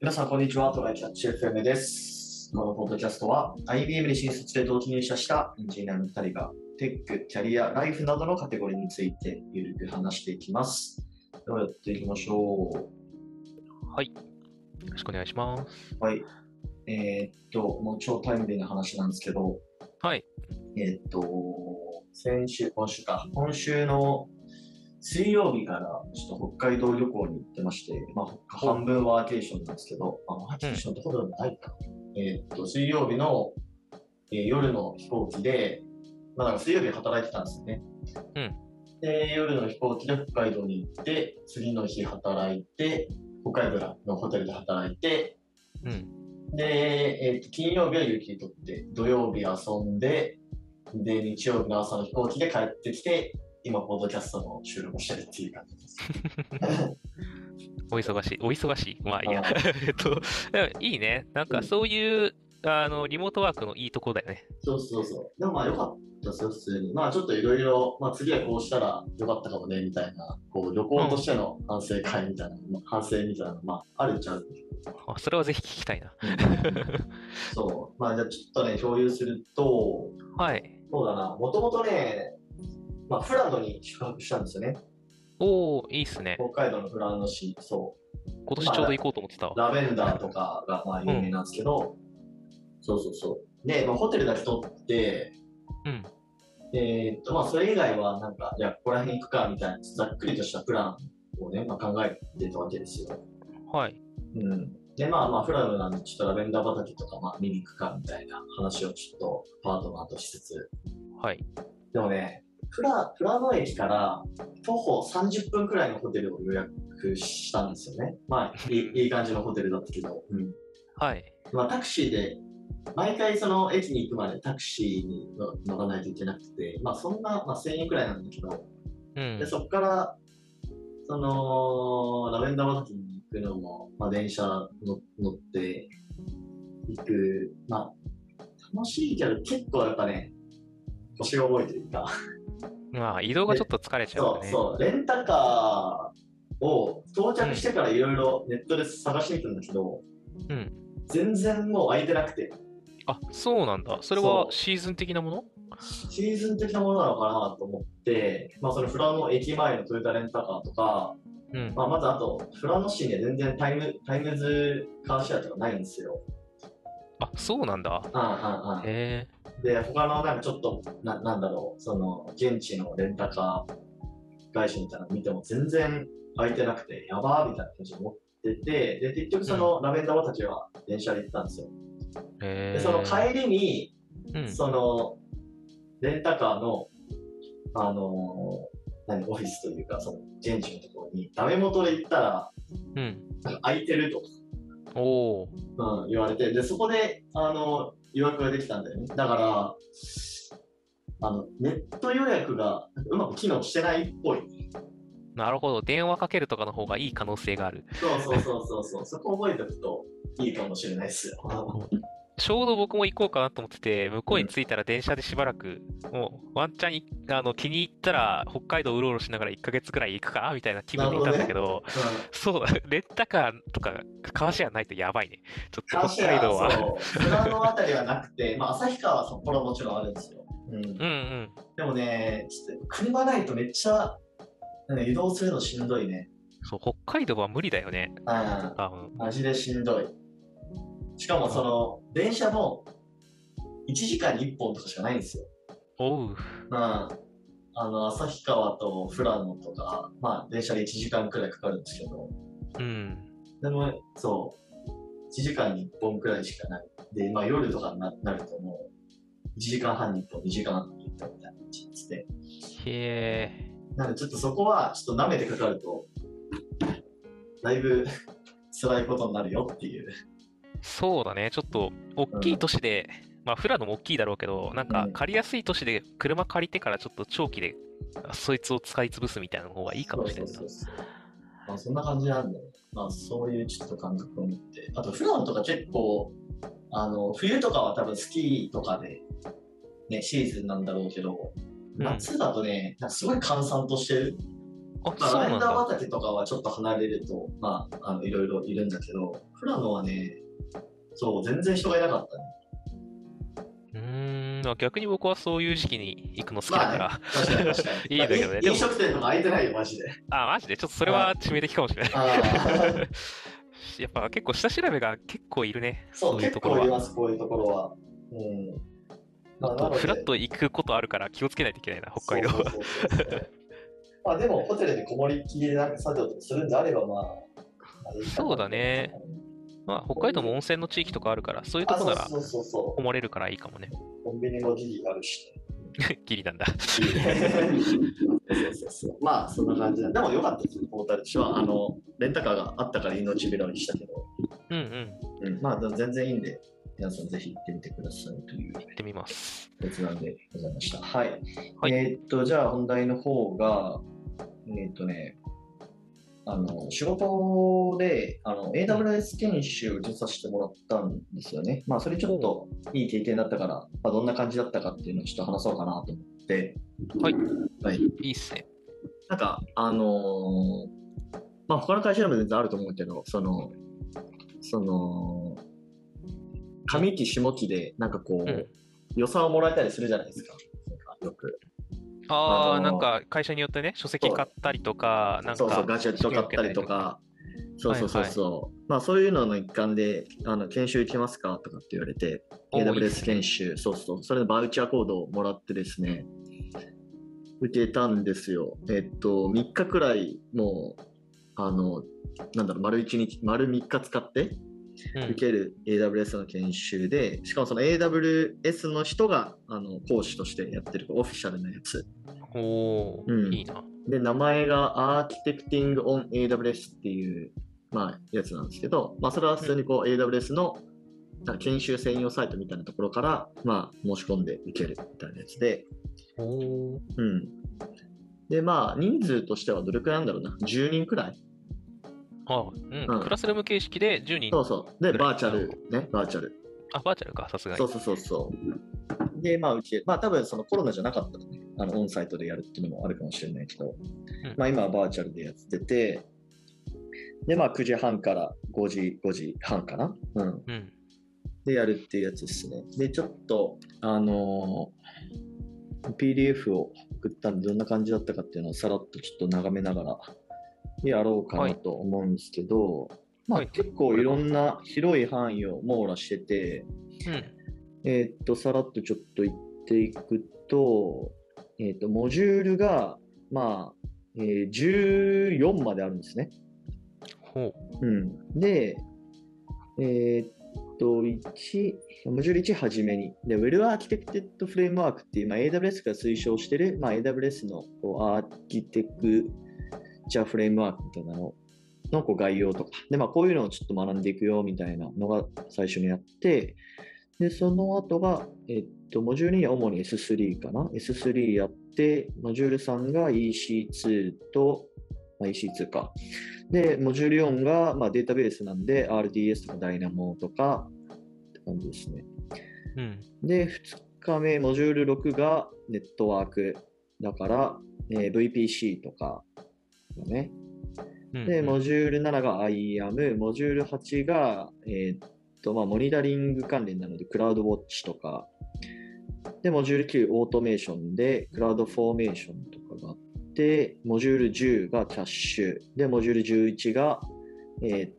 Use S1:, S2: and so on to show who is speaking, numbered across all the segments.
S1: 皆さん、こんにちは。トライキャッチ FM です。このポッドキャストは、IBM に新卒で同期入社したエンジニアの2人が、テック、キャリア、ライフなどのカテゴリーについて、ゆるく話していきます。では、やっていきましょ
S2: よろしくお願いします。
S1: う。はい。えーっと、もう超タイムリーな話なんですけど、
S2: はい。
S1: えーっと、先週、今週か、今週の水曜日からちょっと北海道旅行に行ってまして、まあ、
S2: お
S1: 半分ワーケーションなんですけど、まあ、ワーケーションってほどでもないか。えーっと、水曜日の、えー夜の飛行機で、まあ、なんか水曜日働いてたんですよね。で、夜の飛行機で北海道に行って、次の日働いて、北海道のホテルで働いて、
S2: うん。
S1: で、えーと金曜日は雪取って、土曜日遊んで、で、日曜日の朝の飛行機で帰ってきて、今、ポッドキャストの収録をしてるっていう感じです。
S2: お忙しい。お忙しい。まあいいや
S1: あ。
S2: えっと、でもいいね。なん
S1: う
S2: か
S1: ん
S2: そういう、あの、リモートワークのいいとこだよね。
S1: そうそうそう。でもまあ、良かったですよ、普通に。まあ、ちょっといろいろ、まあ、次はこうしたら良かったかもね、みたいな、こう、旅行としての反省会みたいな、まあ反省みたいなの、まあ、あるっちゃう。
S2: あ、それはぜひ聞きたいな。
S1: そう。まあ、じゃあちょっとね、共有すると、
S2: はい。
S1: そうだな、もともとね、まあ、富良野に宿泊したんですよね。
S2: おー、いいっすね。
S1: 北海道の富良野市、そう。
S2: 今年ちょうど行こうと思ってたわ。
S1: ラベンダーとかがまあ有名なんですけど、そうそうそう。で、まあ、ホテルだけ取って、
S2: うん。
S1: えーっと、まあ、それ以外は、なんか、いや、ここら辺行くか、みたいな、ざっくりとしたプランをね、まあ、考えてたわけですよ。
S2: はい。
S1: うん。で、まあまあ、フラムなんで、ちょっとラベンダー畑とか、まあ、見に行くか、みたいな話をちょっと、パートナーとしつつ。
S2: はい。
S1: でもね、フラ、フラノ駅から、徒歩30分くらいのホテルを予約したんですよね。まあ、いい、いい感じのホテルだったけど、うん。
S2: はい。
S1: まあ、タクシーで、毎回その駅に行くまでタクシーに乗乗らないといけなくて、まあそんな、まあ1000円くらいなんだけど、
S2: うん
S1: で。そこから、その、ラベンダー畑に行くのも、まあ電車の乗って行く、まあ楽しいけど結構やっぱね、腰が重いというか、
S2: まあ、移動がちょっと疲れちゃう
S1: そ
S2: よ
S1: う
S2: ね。
S1: そう、レンタカーを到着してからいろいろネットで探してみたんだけど、
S2: うん。
S1: 全然もう空いてなくて、
S2: あ、そうなんだ。それ
S1: そ
S2: は
S1: う
S2: シーズン的なもの
S1: シーズン的なものなのかなと思って、まあ、そのフラの駅前のトヨタレンタカーとか、
S2: うん。
S1: まあ、まずあと、フラの市には全然タイムタイムズカーシェアとかないんですよ。
S2: あ、そうなんだ。
S1: うんうんうん
S2: へ
S1: で、他のなんかちょっと、ななんだろう、その、現地のレンタカー会社みたいなの見ても全然空いてなくて、やばーみたいな感じで思ってて、で、結局そのラベンダー畑は電車で行ったんですよ。
S2: え。
S1: で、
S2: へえ。
S1: その帰りに、
S2: うん。
S1: その、レンタカーの、あのー何、オフィスというか、その、現地のところに、ダメ元で行ったら、
S2: うん。
S1: なんか空いてる
S2: おー。
S1: と、うん、言われて、で、そこで、あの、予約ができたんだよね。だから、あの、ネット予約がうまく機能してないっぽい。
S2: なるほど。電話かけるとかの方がいい可能性がある。
S1: そうそうそうそう そう、そこ覚えておくといいかもしれないですよ。
S2: ちょうど僕も行こうかなと思ってて、向こうに着いたら電車でしばらく、もうワンチャンいあの気に入ったら北海道うろうろしながら1ヶ月くらい行くかみたいな気分でいたんだけど、
S1: うん
S2: そう、 レンタカーとかカーシェアないとやばいね。ちょっ
S1: カー
S2: と
S1: シ
S2: 北
S1: ェ
S2: 海
S1: ア
S2: 道
S1: は、
S2: は。
S1: そう、富良野あたりはなくて、まあ、旭川はそこはもちろんあるんですよ。うん
S2: うんうん。
S1: でもね、ちょっと車ないとめっちゃ、なんか移動するのしんどいね。
S2: そう、北海道は無理だよね。
S1: うん。
S2: 多分。
S1: マジでしんどい。しかもその、電車も1時間に1本とかしかないんですよ。
S2: おう。
S1: うん。あの、旭川と富良野とか、まあ、電車で1時間くらいかかるんですけど、
S2: うん。
S1: でも、そう、1時間に1本くらいしかない。で、まあ、夜とかにななるともう、1時間半に1本、2時間半に1本みたいな感じになってて
S2: へえ。
S1: なんでちょっとそこはちょっと舐めてかかると、だいぶ辛いことになるよっていう。
S2: そうだね。ちょっと、大きい都市で、まあ、フラノも大きいだろうけど、なんか
S1: うん、
S2: 借りやすい都市で車借りてからちょっと長期で、そいつを使い潰すみたいなの方がいいかもしれないな
S1: そう。そうそうそうまあそんな感じなんで、まあそういうちょっと感覚を持って。あと、フランとか結構、あの、冬とかは多分スキーとかで、ね、シーズンなんだろうけど、
S2: うん
S1: 夏だとね、なんかすごい閑散としてる
S2: あ、
S1: まあ、
S2: そう
S1: ラ
S2: な
S1: ベン
S2: ん
S1: ダー
S2: だ。
S1: 畑とかはちょっと離れると、まあ、あのいろいろいるんだけど、富良野はね、そう、全然人がいなかったね。
S2: うーん、まあ逆に僕はそういう時期に行くの好きだから。
S1: 確かに確かに。
S2: いいんだけどね
S1: まあ
S2: でも
S1: 飲食店とか空いてないよ、マジで。
S2: あ、マジでちょっとそれは致命的かもしれない。
S1: あー
S2: やっぱ結構下調べが結構いるね。
S1: そう、
S2: そういう
S1: 結
S2: ところ
S1: 構
S2: はい
S1: ます、こういうところは。うん。まあ、なので
S2: フラッと行くことあるから気をつけないといけないな、北海道
S1: そう
S2: は。
S1: そうそうそうまあ、でも、ホテルでこもりきりな作業とかするんであれば、まあ、あれいいかな
S2: そうだね。まあ、北海道も温泉の地域とかあるから、そういうとこな
S1: あ、
S2: ら
S1: そうそうそうそ
S2: 思れるからいいかもね。
S1: う。コンビニもギリあるし、ね。
S2: ギリなんだ。
S1: そうそうそうまあそんな感じだでも良かったですね、ポータル私はあのレンタカーがあったから命拾いしたけど、
S2: うんうん。
S1: うん、まあでも全然いいんで、皆さんぜひ行ってみてくださいという
S2: 行ってみます。
S1: 決断でございました。はい。
S2: はい
S1: えーっと、じゃあ本題の方が、えーっとね、あの仕事であの AWS 研修を受けさせてもらったんですよね。まあ、それちょっといい経験だったから、まあ、どんな感じだったかっていうのをちょっと話そうかなと思って。
S2: はい。
S1: はい、
S2: いいっすね。
S1: なんか、あのーまあ、他の会社でも全然あると思うけど、その、その、上期、下期で、なんかこう、
S2: うん
S1: 予算をもらえたりするじゃないですか。なんかよく。
S2: あ
S1: あ
S2: あ、
S1: のー
S2: なんか会社によってね、書籍
S1: そう
S2: 買ったりとか、なんか、
S1: そうそう、ガジェット買ったりとか、そうそうそうそう、まあ、そういうのの一環で、あの研修行きますかとかって言われて、
S2: おー
S1: AWS 研修、そうそう、それのバウチャーコードをもらってですね、受けたんですよ。えっと、3日くらい、もう、あの、なんだろう、丸1日、丸3日使って
S2: うん
S1: 受ける AWS の研修で、しかもその AWS の人があの講師としてやってるオフィシャルなやつ。
S2: おお、
S1: うん
S2: いいな。
S1: で、名前がアーキテクティング・オン・ AWS っていう、まあ、やつなんですけど、まあ、それは普通にこう、AWS のなんか研修専用サイトみたいなところから、まあ、申し込んで受けるみたいなやつで、
S2: おおー、
S1: うん。で、まあ、人数としてはどれくらいなんだろうな、10人くらい
S2: あうん、
S1: うん
S2: クラスルーム形式で10人。
S1: そうそう。で、
S2: ぐら
S1: バ
S2: い
S1: ーチャル、ね、バーチャル。
S2: あ、バーチャルか、さすが
S1: そ
S2: に
S1: う。そうそうそう。で、まあ、受け、まあ、多分そのコロナじゃなかったらね、あの、オンサイトでやるっていうのもあるかもしれないけど、
S2: ん
S1: まあ、今はバーチャルでやってて、で、まあ、9時半から5時、5時半かなうん。
S2: うん。
S1: で、やるっていうやつですね。で、ちょっと、あのー PDF を送ったんで、どんな感じだったかっていうのをさらっとちょっと眺めながら、やろうかなと思うんですけど、まあ、
S2: はい
S1: 結構いろんな広い範囲を網羅してて、
S2: うん。
S1: えーっと、さらっとちょっと言っていくと、えーっと、モジュールが、まあ、えー14まであるんですね。
S2: ほ
S1: うん。で、えーっと、1、モジュール1はじめに。で、Well Architected Framework っていう、まあ、AWS が推奨してる、まあ、AWS のこうアーキテクチャフレームワークみたいなののこう概要とか。で、まあ、こういうのをちょっと学んでいくよみたいなのが最初にやって、で、その後が、えっと、モジュールには主に S3 かな。S3 やって、モジュール3が EC2 と、まあ、EC2 か。で、モジュール4が、まあ、データベースなんで、RDS とか Dynamo とかって感じですね。
S2: う。うん。
S1: で、2日目、モジュール6がネットワークだから、えー VPC とか、ね。
S2: うん
S1: で、
S2: うん
S1: モジュール7が IAM、モジュール8が、えーっと、まあ、モニタリング関連なので、クラウドウォッチとか、で、モジュール9、オートメーションで、クラウドフォーメーションとかがあって、モジュール10がキャッシュ、で、モジュール11が、えーっ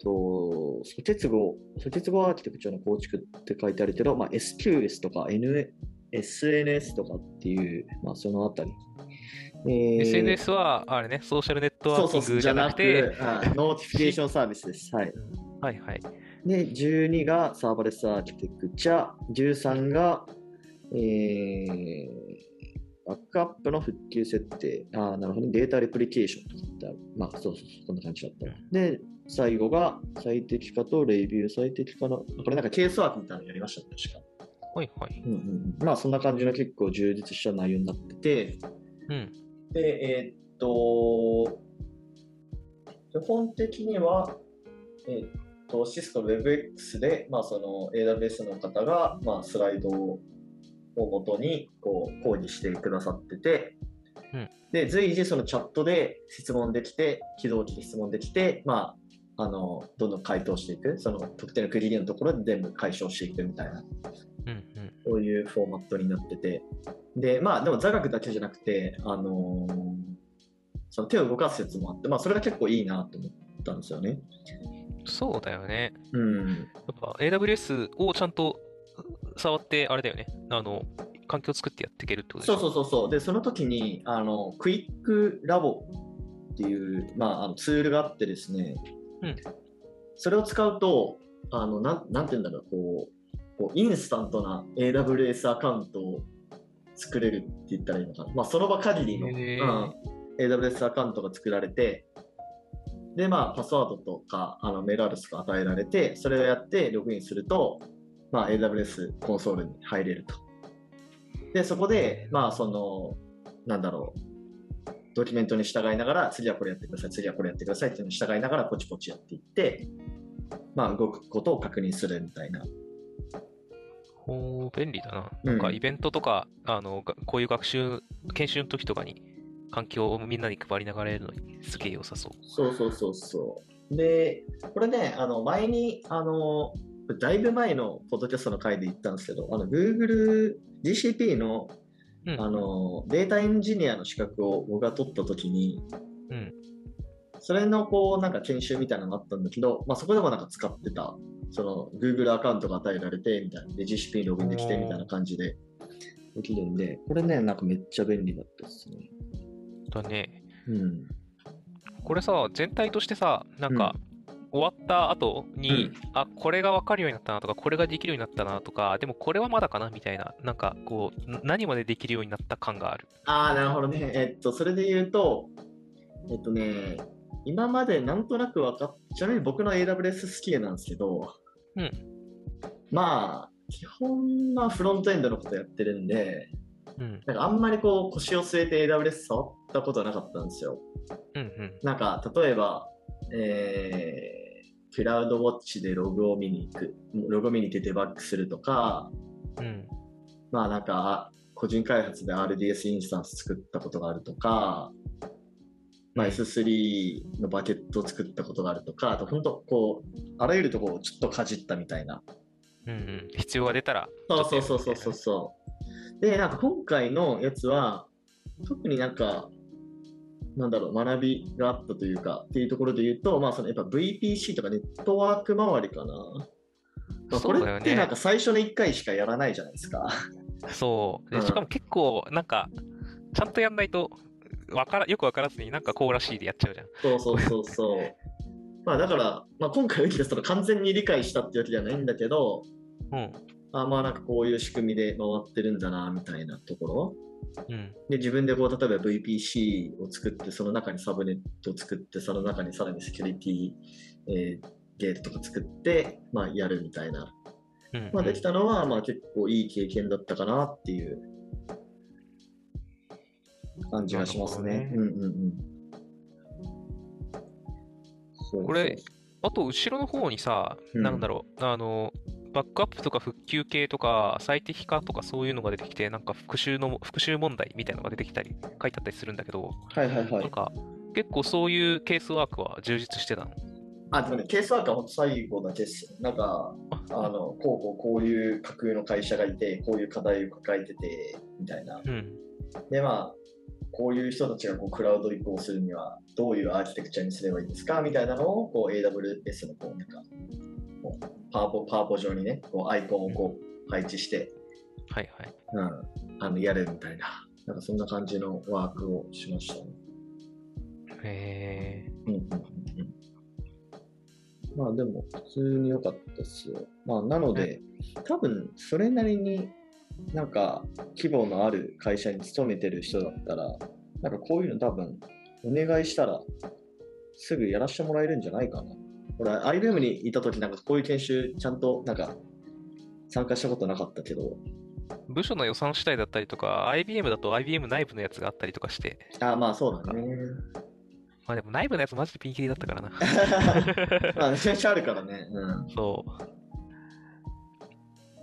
S1: と、素結合、素結合アーキテクチャの構築って書いてあるけど、まあ、SQS とか N SNS とかっていう、まあ、そのあたり。えー
S2: SNS は、あれね、ソーシャルネットワーキングじゃなく
S1: そうそ
S2: て、
S1: うそうじゃなくはいノーティフィケーションサービスです。 はい。
S2: はいはい。
S1: で、12がサーバレスアーキテクチャ、13が、えー、バックアップの復旧設定、あーなるほどね、データレプリケーションとかってある。まあ、そうそうそう、こんな感じだった。で、最後が最適化とレビュー、最適化の、これなんかケースワークみたいなのやりましたね、確か。
S2: はいはい。
S1: うんうんうん、まあ、そんな感じの結構充実した内容になってて、
S2: うん。
S1: で、えーっと、基本的には、えーっと、シスコ WebX で、まあ、その AWS の方が、まあ、スライドを元にこう講義してくださってて、
S2: うん
S1: で随時そのチャットで質問できて非同期で質問できて、まあ、あのどんどん回答していくその特定の区切りのところで全部解消していくみたいな
S2: うん
S1: そういうフォーマットになっててでまあでも座学だけじゃなくて、あのーその手を動かすやつもあって、まあ、それが結構いいなと思ったんですよね。
S2: うん、そうだよね。
S1: うん、
S2: やっぱ AWS をちゃんと触って、あれだよね、あの、環境作ってやっていけるってことでし
S1: そ
S2: ょ
S1: うそうそうそうでその時にあのクイックラボっていう、まあ、あのツールがあってですね、
S2: うん
S1: それを使うとあのなんなんて言うんだろうこうこうインスタントな AWS アカウントを作れるって言ったらいいのかな、まあ、その場限りの、
S2: へー
S1: うん AWS アカウントが作られてでまあパスワードとかあのメールアドレスが与えられてそれをやってログインすると、まあ、AWS コンソールに入れるとでそこでまあそのなんだろうドキュメントに従いながら次はこれやってください次はこれやってくださいっていうのに従いながらポチポチやっていってまあ動くことを確認するみたいな
S2: ほう便利だな。
S1: うん
S2: なんかイベントとか、あの、がこういう学習、研修の時とかに、環境をみんなに配りながらやるのにすげえ良さそう。
S1: そうそうそうそう。で、これね、あの前にあの、だいぶ前のポッドキャストの回で言ったんですけど、あの Google、GCP の
S2: うん。
S1: あのデータエンジニアの資格を僕が取った時に、
S2: うん
S1: それのこうなんか研修みたいなのがあったんだけど、まあ、そこでもなんか使ってた、その Google アカウントが与えられてみたいな、で GCP にログインできてみたいな感じでできるんで、これね、なんかめっちゃ便利だったですね。
S2: だね。
S1: うん
S2: これさ、全体としてさ、なんか、終わった後に、
S1: うん
S2: あ、これが分かるようになったなとか、これができるようになったなとか、でもこれはまだかなみたいな、なんかこう、ん何までできるようになった感がある。
S1: ああ、なるほどね。えっと、それで言うと、えっとね、今までなんとなく分かっ、ちなみに僕の AWS スキルなんですけど、
S2: うん
S1: まあ、基本はフロントエンドのことやってるんで、
S2: うん。
S1: なんかあんまりこう腰を据えて AWS 触ったことなかったんですよ。
S2: うんうん。
S1: なんか、例えば、えー、クラウドウォッチでログを見に行く、ログを見に行ってデバッグするとか、
S2: うん。
S1: まあなんか、個人開発で RDS インスタンス作ったことがあるとか、まあ、S3 のバケットを作ったことがあるとか、あと本当、こう、あらゆるところをちょっとかじったみたいな。
S2: うんうん。必要が出たら、
S1: そうそうそうそうそうそう。で、なんか今回のやつは、特になんか、なんだろう、学びがあったというか、っていうところで言うと、まあ、そのやっぱ VPC とかネットワーク周りかな。まあ、こ
S2: そうだ
S1: れ
S2: よ
S1: って
S2: ね
S1: なんか最初の1回しかやらないじゃないですか。
S2: そう。
S1: う
S2: で
S1: ん
S2: しかも結構、なんか、ちゃんとやんないと、わから、よくわからずに、なんかこうらしいでやっちゃうじゃん。
S1: そうそうそうそう。 まあだから、まあ、今回ウキがその完全に理解したってわけじゃないんだけど、
S2: うん。
S1: あまあなんかこういう仕組みで回ってるんだなみたいなところ。
S2: うん。
S1: で、自分でこう例えば VPC を作って、その中にサブネットを作って、その中にさらにセキュリティ、えーゲートとか作って、まあやるみたいな。
S2: うん。
S1: まあできたのは、まあ結構いい経験だったかなっていう感じがしますね。
S2: なるほ
S1: うんうん
S2: ど
S1: うん。そうそうそう
S2: これ、あと、後ろの方にさ、
S1: うん
S2: なんだろう、あの、バックアップとか復旧系とか、最適化とかそういうのが出てきて、なんか復習の、復習問題みたいなのが出てきたり、書いてあったりするんだけど、
S1: はいはいは
S2: なん
S1: い。
S2: か、結構そういうケースワークは充実してたの。
S1: あ、でもね、ケースワークは本当最後だけです。なんか、あの、こうこうこういう架空の会社がいて、こういう課題を抱えてて、みたいな。
S2: うん。
S1: で、まあ、こういう人たちがこうクラウド移行するには、どういうアーキテクチャにすればいいですかみたいなのを、こう AWS のこう、なんか、こうパワポ、パワポ上にね、こうアイコンをこう配置して、
S2: はいはい。
S1: うん、あの、やるみたいな。なんかそんな感じのワークをしましたね。
S2: へえ。
S1: うんうんうんうんまあでも普通に良かったですよ。まあなので、多分それなりになんか規模のある会社に勤めてる人だったら、なんかこういうの多分お願いしたらすぐやらせてもらえるんじゃないかな。ほら、IBM にいた時なんかこういう研修ちゃんとなんか参加したことなかったけど、
S2: 部署の予算次第だったりとか、IBM だと IBM 内部のやつがあったりとかして、
S1: ああまあそうだね。
S2: まあでも内部のやつマジでピンキリだったからな。
S1: まあめちゃめちゃあるからね。うん。
S2: そ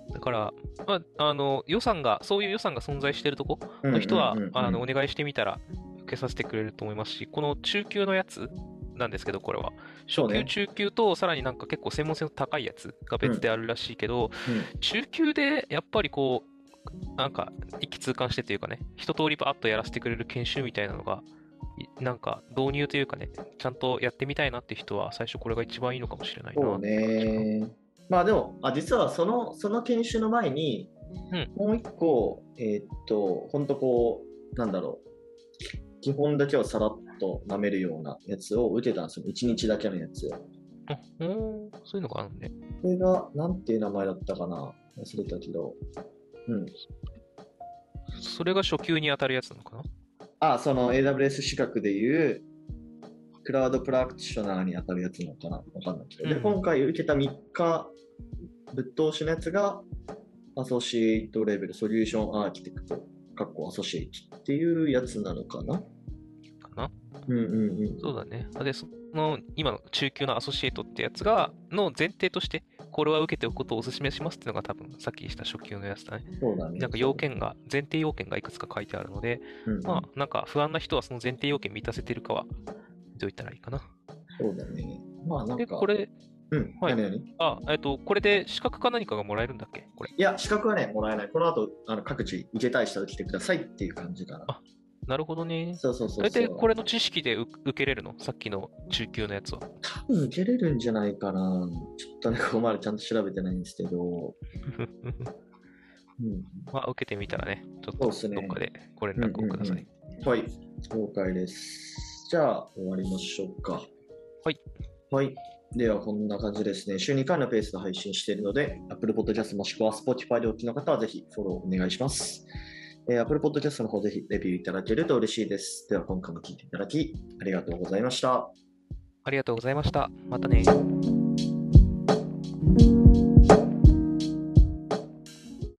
S2: う。だから、まあ、あの予算が、そういう予算が存在してるとこの人は、あのお願いしてみたら受けさせてくれると思いますし、この中級のやつなんですけど、これは。
S1: そうね
S2: 中級、中級と、さらになんか結構専門性の高いやつが別であるらしいけど、
S1: う
S2: 中級でやっぱりこう、なんか一気通貫してというかね、一通りバーッとやらせてくれる研修みたいなのが、いなんか導入というかね、ちゃんとやってみたいなって人は、最初これが一番いいのかもしれないな。
S1: そうね。まあでも、あ実はそのその研修の前に、
S2: うん
S1: もう一個、えーっと、本当こう、なんだろう、基本だけをさらっと舐めるようなやつを受けたんですよ、1日だけのやつ。
S2: あうんそういうのがあるんで、
S1: これが、なんていう名前だったかな、忘れたけど。うん、
S2: それが初級に当たるやつなのかな
S1: あ、その AWS 資格でいう、クラウドプラクティショナーに当たるやつなのかなわかんないけど。
S2: う
S1: で、
S2: ん
S1: 今回受けた3日、ぶっ通しのやつが、アソシエイトレベル、ソリューションアーキテクト、かっこアソシエイトっていうやつなのかな
S2: かな
S1: うんうんうん。
S2: そうだね。で、その今の中級のアソシエイトってやつが、の前提として、これは受けておくことをお勧めしますっていうのが多分、さっきした初級のやつだね。
S1: そうだね。
S2: なんか要件が、前提要件がいくつか書いてあるので、
S1: うんうん
S2: まあ、なんか不安な人はその前提要件満たせてるかは、見といたらいいかな。
S1: そうだね。まあなんか、
S2: で、これ、
S1: うん、
S2: はい
S1: 何々い
S2: あ、えっと、これで資格か何かがもらえるんだっけこれ。
S1: や、資格はね、もらえない。この後、あの各地受けたい人は来てくださいっていう感じかな。
S2: なるほどね。
S1: そうそうそうそう。
S2: 大体これの知識で受受けれるのさっきの中級のやつは。
S1: 多分受けれるんじゃないかな。ちょっとね、ここまでちゃんと調べてないんですけど。うん、
S2: まあ、受けてみたらね、ちょっ
S1: そう
S2: と
S1: っすね
S2: どっかでご連絡をください。
S1: うんうんうんはい、了解です。じゃあ、終わりましょうか。
S2: はい。
S1: はい。では、こんな感じですね。週2回のペースで配信しているので、Apple Podcast もしくは Spotify でお聞きの方はぜひフォローお願いします。えー Apple Podcast の方ぜひレビューいただけると嬉しいです。では、今回も聞いていただき、ありがとうございました。
S2: ありがとうございました。またね。